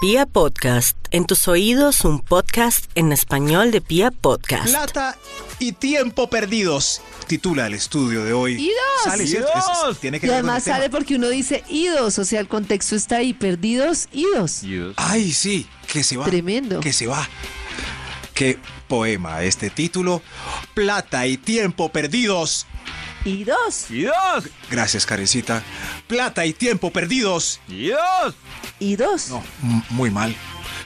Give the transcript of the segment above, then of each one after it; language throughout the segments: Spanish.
Pia Podcast, en tus oídos un podcast en español de Pia Podcast. Plata y tiempo perdidos, titula el estudio de hoy. ¡Idos! Sale, ¿cierto? ¡Idos! Es- tiene que Y ver con el además tema. sale porque uno dice idos, o sea, el contexto está ahí, perdidos, idos. Ay, sí, que se va. Tremendo. Que se va. Qué poema este título. Plata y tiempo perdidos. Idos, ¡Dios! Gracias, Karencita. Plata y tiempo perdidos. ¡Dios! idos. No, m- muy mal.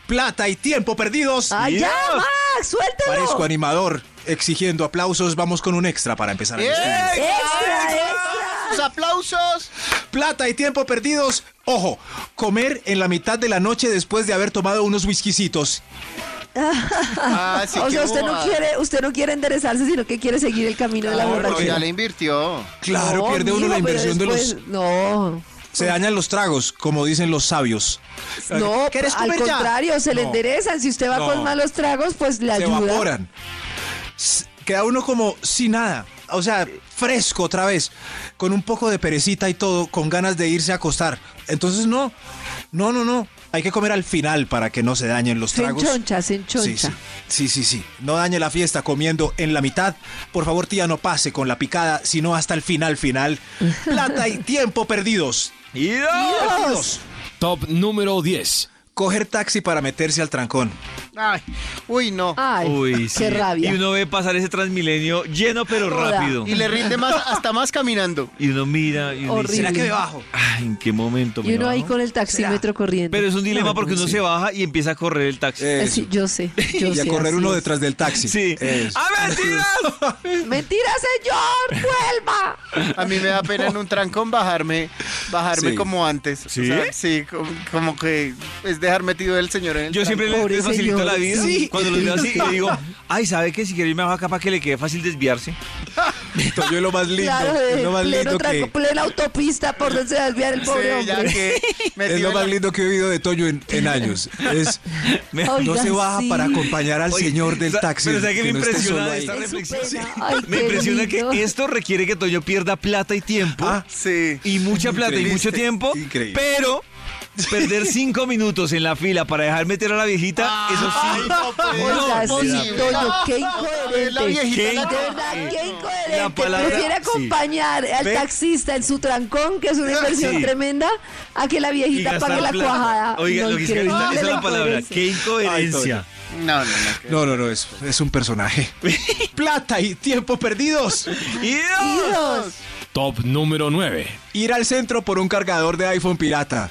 Plata y tiempo perdidos. ¡Ay, ya, ¡Idos! Max! ¡Suéltalo! Parezco animador exigiendo aplausos. Vamos con un extra para empezar. el estudio. ¡Extra, ¡Los aplausos! Plata y tiempo perdidos. Ojo, comer en la mitad de la noche después de haber tomado unos whiskycitos. Ah, sí, o qué sea, usted no, bobada. quiere, usted no quiere enderezarse, sino que quiere seguir el camino de la No, Pero porque- borrachera. ya le invirtió. Claro, No, pierde uno la mijo, pero inversión de los... después- No, Se dañan los tragos, como dicen los sabios. no, ¿Quieres al comer ya? contrario, se le No, enderezan. Si usted va No. con malos tragos, pues le Se ayuda. evaporan. S- Queda uno como sin nada. O sea, fresco otra vez. Con un poco de perecita y todo, con ganas de irse a acostar. Entonces, no. No, no, no. Hay que comer al final para que no se dañen los Se tragos. enchoncha, se Sí, enchoncha. sí, sí, sí, sí. No dañe la fiesta comiendo en la mitad. Por favor, tía, no pase con la picada, sino hasta el final, final. Plata y tiempo perdidos. ¡Dios! Perdidos. Top número 10. Coger taxi para meterse al trancón. Ay, uy, no. Ay, qué rabia. Y uno ve pasar ese Transmilenio lleno pero Joda. rápido. Y le rinde más, hasta más caminando. Y uno mira y uno Horrible. dice, ¿Será que me bajo? "Ay, ¿en qué momento me Y uno ahí bajo?". con el taxímetro corriendo. Pero es un dilema No, porque uno sí. se baja y empieza a correr el taxi. Eh, Eh, sí, yo sé, yo y sé, a correr así uno es. detrás del taxi. sí. Eso. ¡Ah, mentiras! ¡Mentira, señor! ¡Vuelva! A mí me da pena en un trancón bajarme, bajarme Sí. como antes. O ¿Sí? sea, sí, com- como, que es dejar metido el señor en el Yo siempre le- Pobre les facilito señor. la vida. Sí. Cuando los veo así, le digo, ay, ¿sabe qué? Si quiero irme abajo acá para que le quede fácil desviarse. Yo lo más lindo, claro, de es lo más pleno lindo tranco, que plena autopista por donde se va a desviar el pobre trancón. Sí, ya hombre. que es metido lo en más la- lindo que he oído de Toño en, en años. Es, no Oiga, se baja sí. para acompañar al Oye, señor del sa- taxi. Pero ¿sabes qué me no esté impresiona solo de ahí. esta Es su reflexión? pena. Ay, me qué impresiona bonito. que esto requiere que Toño pierda plata y tiempo. Ah, Sí. y mucha plata y Increíble. mucho tiempo. Increíble. Pero perder cinco minutos en la fila para dejar meter a la viejita, eso sí. Oiga, no, sí, mira, Toño, qué Es la incoherente. viejita. la- De verdad, qué La incoherente. palabra- Prefiere sí. acompañar al Ve- taxista en su trancón, que es una inversión Sí. tremenda, a que la Y viejita gastar pague la plata. cuajada. Oiga, No, lo que es que increíble ahorita- esa es la palabra. incoherencia. Qué incoherencia. No, no, no. que- No, no, no, es, es un personaje. Plata y tiempo perdidos. ¡Dios! Dios. Top número 9. Ir al centro por un cargador de iPhone pirata.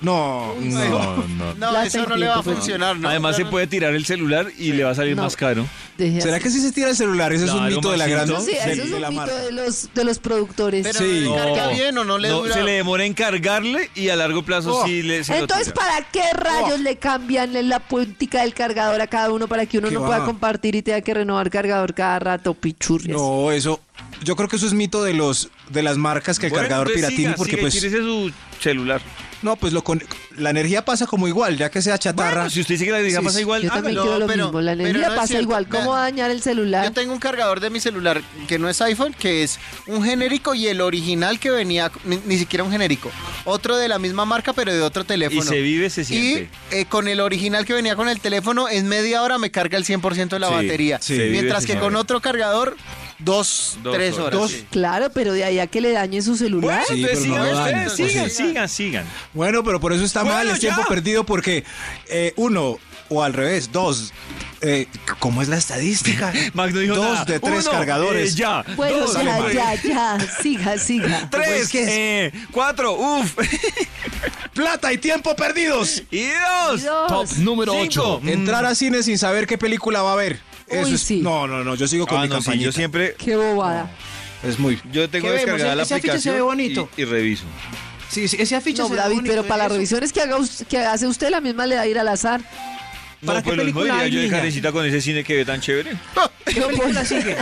No, no. No, Plata y eso no le va a tiempo, pues. funcionar. ¿no? Además se puede tirar el celular y le va a salir No. más caro. Deje ¿Será así. que si se tira el celular? Ese es un Claro, mito de la gran. Maxito. Sí, de- eso es de un la mito marca. de los, de los productores. Pero Sí. no le carga No. bien o no le dura. se le demora en cargarle y a largo plazo Oh. sí le se lo Entonces, tira. ¿para qué rayos le cambian la puntica del cargador a cada uno para que uno Qué no pueda va. compartir y tenga que renovar cargador cada rato, pichurrias? No, eso. Yo creo que eso es mito de los de las marcas que el Bueno, cargador entonces piratini, siga, porque siga y pues tírese su celular. no, pues lo con, la energía pasa como igual, ya que sea chatarra. Bueno, si usted dice que la energía Sí, pasa sí. igual, Yo también hágalo. quiero lo pero- mismo. La pero energía ah, no es pasa cierto. igual. ¿Cómo Vean, va a dañar el celular? Yo tengo un cargador de mi celular que no es iPhone, que es un genérico y el original que venía, ni, ni siquiera un genérico, otro de la misma marca pero de otro teléfono. Y se vive, se siente. Y, eh, con el original que venía con el teléfono, en media hora me carga el 100% de la Sí, batería. se vive, Mientras se que siente. con otro cargador, dos, Dos tres horas, horas. sí. Claro, pero de ahí a que le dañe su celular. Bueno, Sí, entonces pero no lo sigan dañen. ustedes, sigan, Pues sí. sigan, sigan. Bueno, pero por eso está Bueno, mal, es ya. tiempo perdido porque eh, uno o al revés, dos. eh, ¿Cómo es la estadística? Max no dijo dos nada. de tres Uno, cargadores. eh, ya. Bueno, dos, ya, hombre. ya, ya. Siga, siga. Tres, Pues, ¿qué es? eh, cuatro, uf. Plata y tiempo perdidos. Mm. y dos. Dios. Top número Cinco. Mm. 8. Entrar a cine sin saber qué película va a ver. Uy, Eso es- sí. No, no, no, yo sigo con Ah, mi no, sí, campañita. yo siempre, Qué bobada. Es muy... yo tengo ¿Qué vemos? descargada la Ese afiche aplicación se ve bonito. Y, y reviso. Sí, sí, ese afiche No, se ve David, bonito, pero para las eso. revisiones que, haga usted- que hace usted, la misma le da a ir al azar. ¿Para no, qué pues lo mismo diría película hay, yo de niña? Karencita con ese cine que ve tan chévere. ¿Qué pues, película sigue?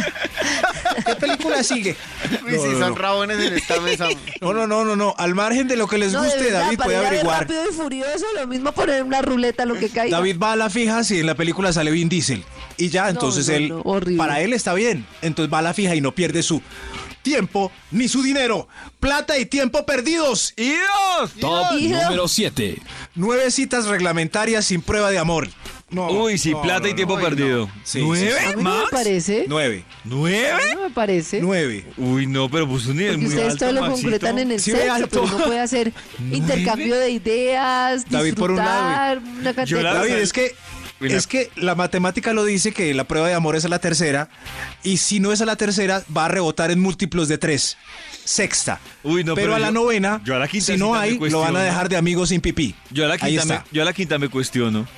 ¿Qué película sigue? Uy, sí, No, no, son no. rabones en esta mesa. No, no, no, no, no. Al margen de lo que les No, de guste, verdad, David para puede ir a ver averiguar. Rápido y furioso, lo mismo poner una ruleta, lo que caiga. David va a la fija si en la película sale Vin Diesel. Y ya, No, entonces no, él. no, horrible. Para él está bien. Entonces va a la fija y no pierde su tiempo ni su dinero. Plata y tiempo perdidos. ¡Y dos! Top Dios. número 7. Nueve citas reglamentarias sin prueba de amor. No, Uy, sí, no, plata no, y tiempo no. perdido. Sí, A ¿Nueve? mí no me ¿Más? parece. Nueve. A mí ¿Nueve? no me parece. Nueve. Uy, no, pero puso un nivel Porque muy ustedes alto, todo lo Maxito. concretan en el Sí, sexo, alto. pero uno puede hacer intercambio de ideas, David, por un lado, disfrutar, una cantidad Yo la- de David, cosas. es que, Mira. es que la matemática lo dice que la prueba de amor es a la tercera. Y si no es a la tercera, va a rebotar en múltiplos de tres. Sexta. Uy, no, pero, pero a la yo- novena, yo a la quinta si no cita me hay, lo van cuestiono. a dejar de amigos sin pipí. Yo a, la Ahí quinta me, está. yo a la quinta me cuestiono.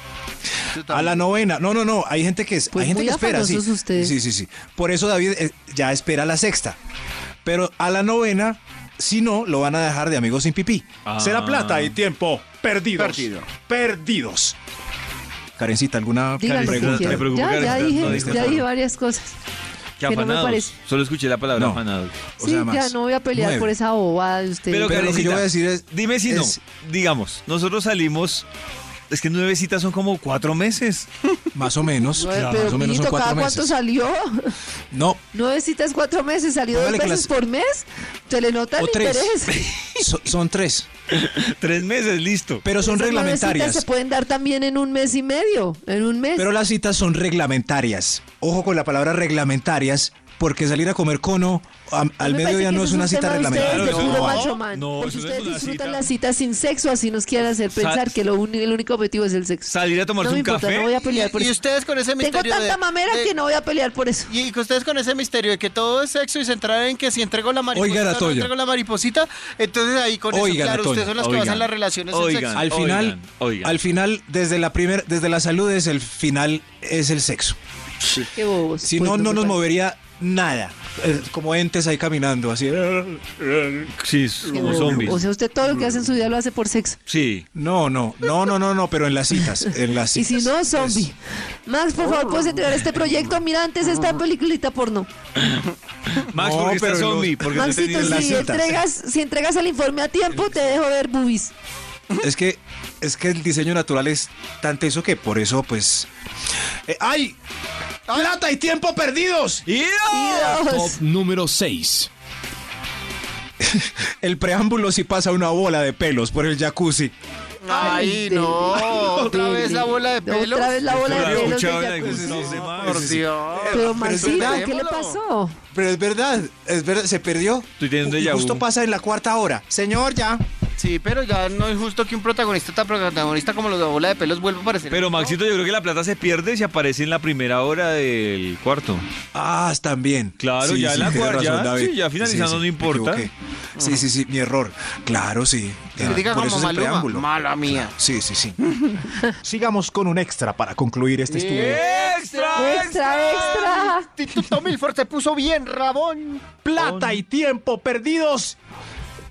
A la novena. No, no, no. Hay gente que, es- Pues hay gente muy que espera, sí. afanosos ustedes. Sí, sí, sí. Por eso David eh, ya espera la sexta. Pero a la novena, si no, lo van a dejar de amigos sin pipí. Ah. Será plata y tiempo perdidos. Perdido. Perdidos. Karencita, ¿alguna Díganme si pregunta, quieren. me preocupé, Ya, ya Karencita, no dije, diste ya forma. dije varias cosas. Que Que no me afanados. parece. Solo escuché la palabra No. afanados. O sí, sea, ya más. no voy a pelear Nueve. por esa bobada de ustedes. Pero lo Pero, que Karencita, yo voy a decir es- Dime si es- no. Digamos, nosotros salimos. Es que nueve citas son como cuatro meses. Más o menos. No, más o pero menos son Pito, ¿cada cuatro cuánto meses. salió? No, Nueve citas, cuatro meses, salió dos Póngale que veces las- por mes. Se le nota el O tres. interés. so- son tres. Tres meses, listo. Pero son Esas nueve citas reglamentarias. se pueden dar también en un mes y medio, en un mes. Pero las citas son reglamentarias. Ojo con la palabra reglamentarias, porque salir a comer cono a- al me mediodía parece que no ese es una un cita tema de ustedes, reglamentaria. de Claro, puro no, macho man, no, porque eso no es ustedes una disfrutan cita. las citas sin sexo, así nos quieren hacer Sa- pensar que lo uni- el único objetivo es el sexo. Salir a tomarse no me un importa, café. No voy a pelear por Y, y eso. ustedes con ese Tengo misterio tanta de- mamera de- que no voy a pelear por eso. Y que ustedes con ese misterio de que todo es sexo y se entrar en que si entrego la mariposita, Oigan, no Atoya. entrego la mariposita, entonces ahí con eso, Oigan, claro, Atoya, ustedes son las que oigan, basan las relaciones en oigan. sexo. Al final, Oigan, oigan. al final, desde la primer, desde la salud es el final es el sexo. Qué bobos. Si Pues no, no me nos parece. movería nada. Eh, Como entes ahí caminando, así. Sí, Qué como bobo. zombies. O sea, usted todo lo que hace en su vida lo hace por sexo. sí. No, no, no, no, no, no, pero en las citas, en las Y citas. si no, Es- zombie. Max, por favor, puedes entregar este proyecto. Mira antes esta peliculita porno. Max, No, porque está pero no- zombie. Porque está Maxito, teniendo- las si citas. entregas, si entregas el informe a tiempo, te dejo ver boobies. Es que, es que el diseño natural es tan teso que por eso, pues. eh, ¡Ay! ¡Plata y tiempo perdidos! ¡Y Y Top dos. número 6. El preámbulo si pasa una bola de pelos por el jacuzzi. Ay, de- no, de- otra vez la bola de pelos. Otra vez la bola de Yo lo pelos. escuchaba del en algún jacuzzi. sitio. Por Dios. Pero Pero Maxito, ¿qué le veámoslo. pasó? Pero es verdad, es verdad, se perdió. Estoy teniendo Ju- déjà vu. Justo pasa en la cuarta hora. Señor, ya. Sí, pero ya no es justo que un protagonista tan protagonista como los de bola de pelos vuelva a aparecer. Pero Maxito, yo creo que la plata se pierde y se aparece en la primera hora del cuarto. Ah, también. Claro, ya en la tienes cuarta, razón, ya, David. sí, ya finalizando, no me importa. equivoqué. Sí, sí, sí, mi error. Claro, sí. Que diga Por como eso es el Maluma, preámbulo. mala mía. Sí, sí, sí. Sigamos con un extra para concluir este estudio. ¡Extra! Extra, extra. Instituto Milford se puso bien rabón. Plata y tiempo perdidos.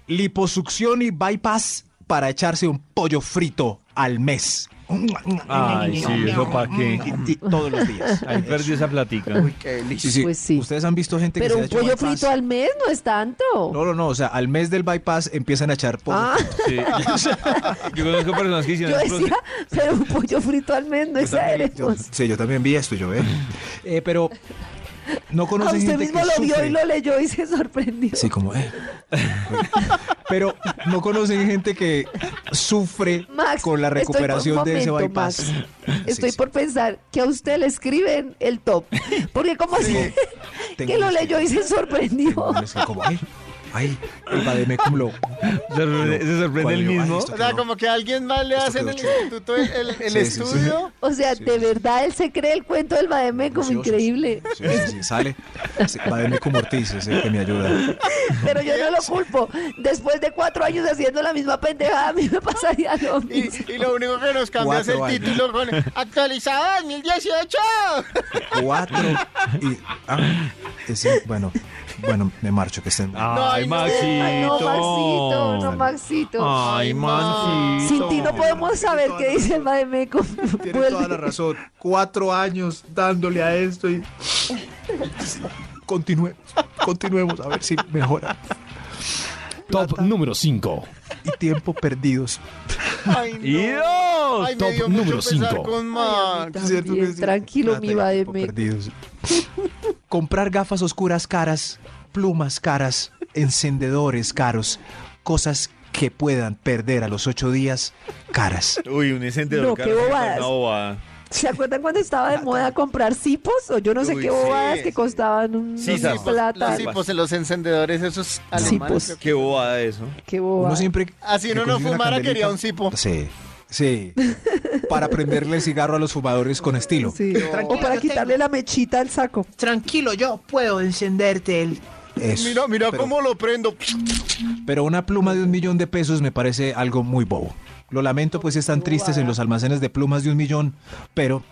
Liposucción y bypass para echarse un pollo frito al mes. Ay, sí, eso para qué. Y- y todos los días. Ahí perdió esa platica. Sí, sí. Pues sí. Ustedes han visto gente Pero que un se ha hecho pollo bypass? frito al mes no es tanto. No, no, no. O sea, al mes del bypass empiezan a echar pollo. Ah, Sí. Yo conozco personas que yo hicieron el proceso. decía, pero un pollo frito al mes no Yo- exageremos. sí, yo también vi esto, yo veo. Eh, pero no Ah, conocen usted gente mismo que lo vio sufre. y lo leyó y se sorprendió. Sí, como eh. Pero no conocen gente que sufre Max, con la estoy por un recuperación de ese momento, bypass. Max. Sí, Estoy sí. por pensar que a usted le escriben el top. Porque como así Tengo que lo un- leyó y se sorprendió. tengo un- es que como, ay, ay, el Bademecum lo. Sorprende- Se sorprende el Cuando yo, ay, mismo. esto O sea, quedó- como que a alguien más le Esto hace en el quedó chulo. instituto el, el- el Sí, sí, sí. estudio. O sea, de verdad él se cree el cuento del Bademe como Precioso. increíble. Sí, sí, sí, sale. Sí, Bademecum Ortiz es el que me ayuda. Pero yo no lo culpo. Después de cuatro años haciendo la misma pendejada, a mí me pasaría lo mismo. Y, y lo único que nos cambia es el Cuatro años. título con actualizado 2018. Cuatro y. Ah, eh, sí, bueno, bueno, me marcho, que estén. Ay, Ay, no, Maxito, no, Maxito. Maxito. Ay, Maxito. Sin ti no podemos saber qué dice el Bademeco. Tiene toda la razón. Cuatro años dándole a esto y. Continuemos, continuemos a ver si mejora. Top número 5. Y tiempo perdidos. Ay, no. Y dos. Ay, me Top dio mucho número pesar cinco. con Max. ¿cierto que sí? tranquilo, Plata mi y tiempo Bademeco. perdidos. Comprar gafas oscuras caras plumas caras, encendedores caros, cosas que puedan perder a los ocho días caras. Uy, un encendedor. No, caro, qué sí, bobadas. Una bobada. ¿Se acuerdan cuando estaba de moda comprar cipos? O yo no sé Uy, qué bobadas sí, que sí. costaban un Sí, una sí, pues, plata. Los hipos, los encendedores, esos Cipos. alemanes. creo que- Qué bobada eso. Qué Uno bobada. siempre. Así que Ah, uno no consigue una fumara, candelita- quería un cipo. Sí, sí. Para prenderle el cigarro a los fumadores con estilo. Sí. O Tranquilo, para yo quitarle la mechita al saco. Tranquilo, yo puedo encenderte el. Eso. Mira, mira Pero- cómo lo prendo. Pero una pluma de un millón de pesos me parece algo muy bobo. Lo lamento, pues están tristes en los almacenes de plumas de un millón, pero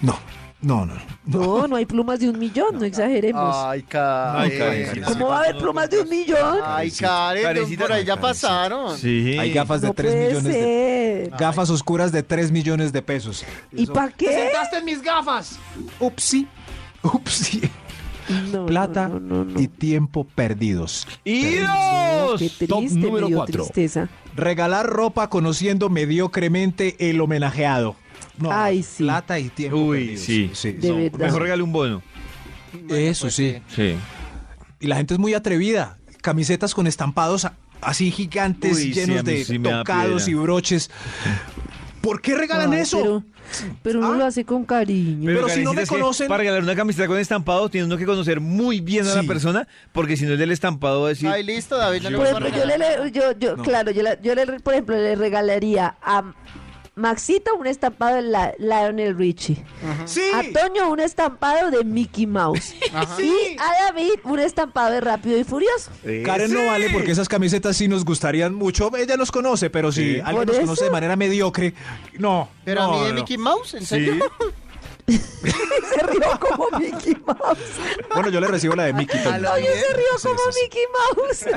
no, no, no. No, no hay plumas de un millón, no, exageremos. Ay, cara. Ay, Karen. ¿Cómo va a haber plumas de un millón? Ay, Karen, Karencita, por ahí ya Karencita. pasaron. Sí. Hay gafas de no 3 puede millones de Ah, ser. gafas oscuras de 3 millones de pesos. ¿Y para qué? ¿Eh? ¡Sentaste en mis gafas! Upsi, upsi. No, Plata no, no, no. y tiempo perdidos. No, ¡Idos! qué triste, Top número me dio cuatro. tristeza. Regalar ropa conociendo mediocremente el homenajeado. No, Ay, sí. Plata y tiempo Uy, perdidos. sí. De son- verdad. Mejor regale un bono. Eso sí. Sí. Y la gente es muy atrevida. Camisetas con estampados a- así gigantes, Uy, sí, llenos a mí de sí me da tocados y piedra. broches. ¿Por qué regalan Ay, eso? Pero, pero uno ¿Ah? lo hace con cariño. Pero si no Karencita, me es que conocen- Para regalar una camiseta con estampado, tiene uno que conocer muy bien a la Sí. persona, porque si no el del estampado va a decir. Ay, listo, David. ya no Por nos va a ejemplo, yo regalar. le, le- yo, yo, No. claro, yo, le- yo le- por ejemplo, le regalaría a Maxito un estampado de la- Lionel Richie, Sí. a Toño un estampado de Mickey Mouse y a David un estampado de Rápido y Furioso. "Eh, Karen no sí". vale porque esas camisetas sí nos gustarían mucho. Ella nos conoce, pero si Sí. alguien ¿Por nos eso? conoce de manera mediocre, no. Pero no, a mí de no. Mickey Mouse, ¿en serio? Sí. se rió como Mickey Mouse. Bueno, yo le recibo la de Mickey. también. Toño se rió Sí, como sí, sí. Mickey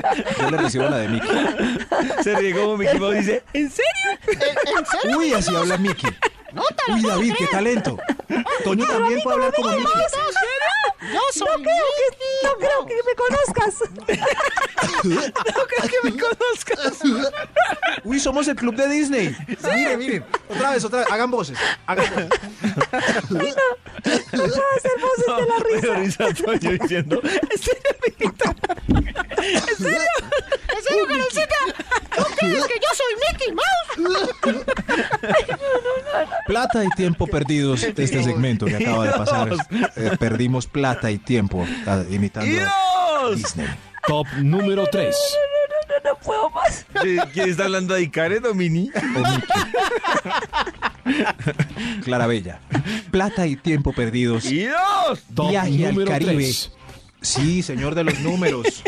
Mouse. Yo le recibo la de Mickey. Se ríe como Mickey Mouse y dice: ¿En serio? ¿En serio? Uy, así habla Mickey. Uy, David, qué talento. Toño también puede hablar como Mickey. Yo soy No creo que, no creo que me conozcas. Uy, somos el club de Disney. Miren, miren. Otra vez, otra vez. Hagan voces. Hagan voces. No puedo hacer voces de la Me risa. dio risa a Toño diciendo: "¿En serio, amiguita?". Plata y tiempo perdidos de este segmento que acaba de pasar. Eh, perdimos plata y tiempo ah, imitando a ¡Idos! Disney. Top número 3. No, no puedo más. ¿De ¿Quién está hablando ahí, Karen o Mini? Clarabella. Plata y tiempo perdidos. ¡Idos! Top Viaje al número Caribe. 3. Sí, señor de los números.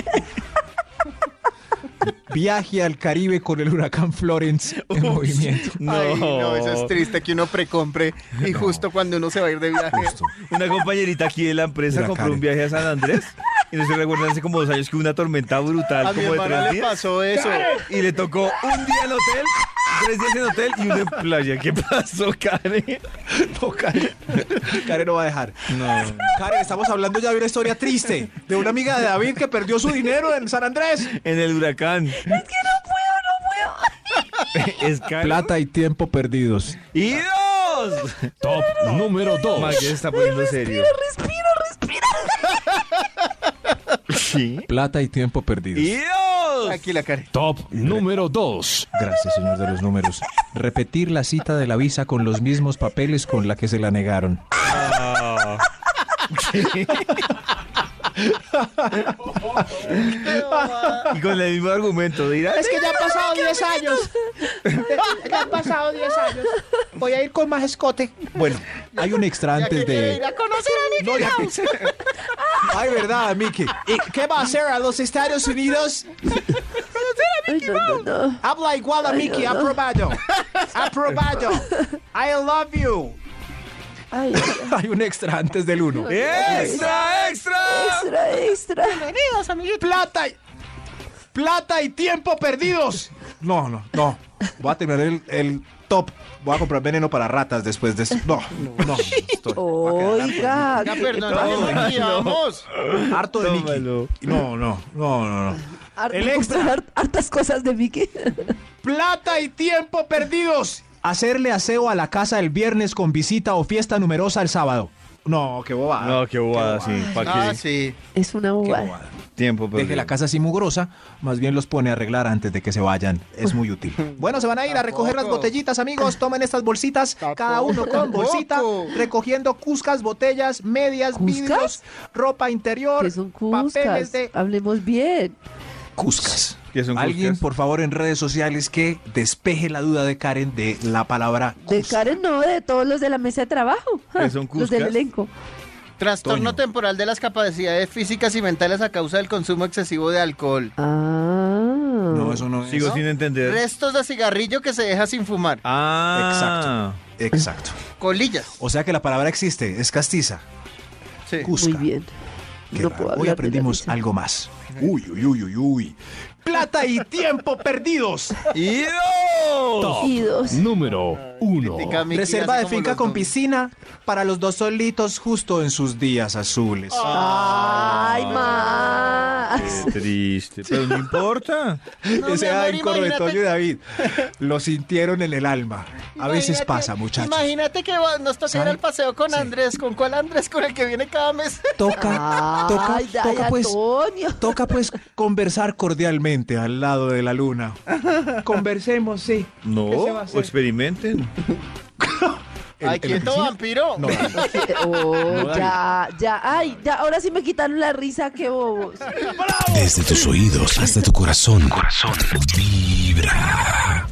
Viaje al Caribe con el huracán Florence en movimiento. No. Ay, no, eso es triste que uno precompre y justo cuando uno se va a ir de viaje. Justo. Una compañerita aquí de la empresa Mira, compró Karen. un viaje a San Andrés y no se recuerda hace como dos años que hubo una tormenta brutal A mi como de hermana tres le días. pasó eso. Y le tocó un día en hotel, tres días en hotel y uno en playa. ¿Qué pasó, Karen? No, Karen. Karen no va a dejar. No. Karen, estamos hablando ya de una historia triste. De una amiga de David que perdió su dinero en San Andrés. En el huracán. Es que no puedo, no puedo. Es Karen. Plata y tiempo perdidos. ¡Y dos! Top número Max 2. se está poniendo serio. Respiro, respiro. Sí. Plata y tiempo perdidos. ¡Y dos! Aquí la Karen. Top número 2. Gracias, señor de los números. Repetir la cita de la visa con los mismos papeles con la que se la negaron. Y con el mismo argumento de ir a... Es que ya han pasado 10 años. Ya han pasado 10 años. Voy a ir con más escote. Bueno, hay un extra antes de. a conocer a No, ya que- Ay, verdad, Miki. ¿Y qué va a hacer a los Estados Unidos? Ay, no, no, no. Habla igual a Mickey, aprobado. Aprobado. I love you. Ay, Hay un extra antes del uno. ¡Extra, extra! extra, extra. plata y, plata y tiempo perdidos. No, no, no. Voy a terminar el, el top. Voy a comprar veneno para ratas después de esto. No, no, no. Estoy Oiga. Ya ¿qué perdonamos, pasa? aquí vamos. harto de Mickey. Tómalo. No, no, no, no, no. Harto El de extra. comprar Hartas cosas de Mickey. Plata y tiempo perdidos. Hacerle aseo a la casa el viernes con visita o fiesta numerosa el sábado. No, qué bobada. No, qué bobada, sí. ¿Para Ah, qué sí. Es una Qué bobada. bobada. tiempo? perdido? Deje la casa así mugrosa, más bien los pone a arreglar antes de que se vayan. Es muy útil. Bueno, se van a ir a recoger las Tampoco. botellitas, amigos. Tomen estas bolsitas, cada uno con Tampoco. bolsita, recogiendo cuscas, botellas, medias, ¿Cuscas? vidrios, ropa interior, Que son papeles cuscas. de Hablemos bien. cuscas. ¿Qué son Alguien, cuscas? por favor, en redes sociales que despeje la duda de Karen de la palabra De cusca. Karen no, de todos los de la mesa de trabajo. ¿Qué son Los cuscas? del elenco. Trastorno Toño. temporal de las capacidades físicas y mentales a causa del consumo excesivo de alcohol. Ah. No, eso no es. Sigo sin entender. Restos de cigarrillo que se deja sin fumar. Ah, Exacto. Colillas. O sea que la palabra existe, es castiza. Sí. Cusca. Muy bien. Qué No raro. puedo hablar Hoy de la aprendimos risa. algo más. Uy, uy, uy, uy, uy. Plata y tiempo perdidos. Top Y dos. número uno. Critica a mi tía, Reserva así de como finca los con dos. piscina para los dos solitos justo en sus días azules. Ah, Ay, Ah. Max. qué triste. Pero no importa. No, mi Ese amor, áncoro de imagínate- Toño y David lo sintieron en el alma. A veces Imagínate- pasa, muchachos. Imagínate que va- nos toca ir ¿Sabe? al paseo con Andrés. ¿Con cuál Andrés? Con el que viene cada mes. Toca, toca, Ay, Dai, toca pues. Antonio. Toca pues conversar cordialmente al lado de la luna. Conversemos, sí. No, ¿Qué se va a hacer? o experimenten. El- Ay, el quieto, oficina- vampiro. No, Oh, ya, ya. Ay, ya. Ahora sí me quitaron la risa, qué bobos. Desde tus oídos hasta tu corazón. Vibra.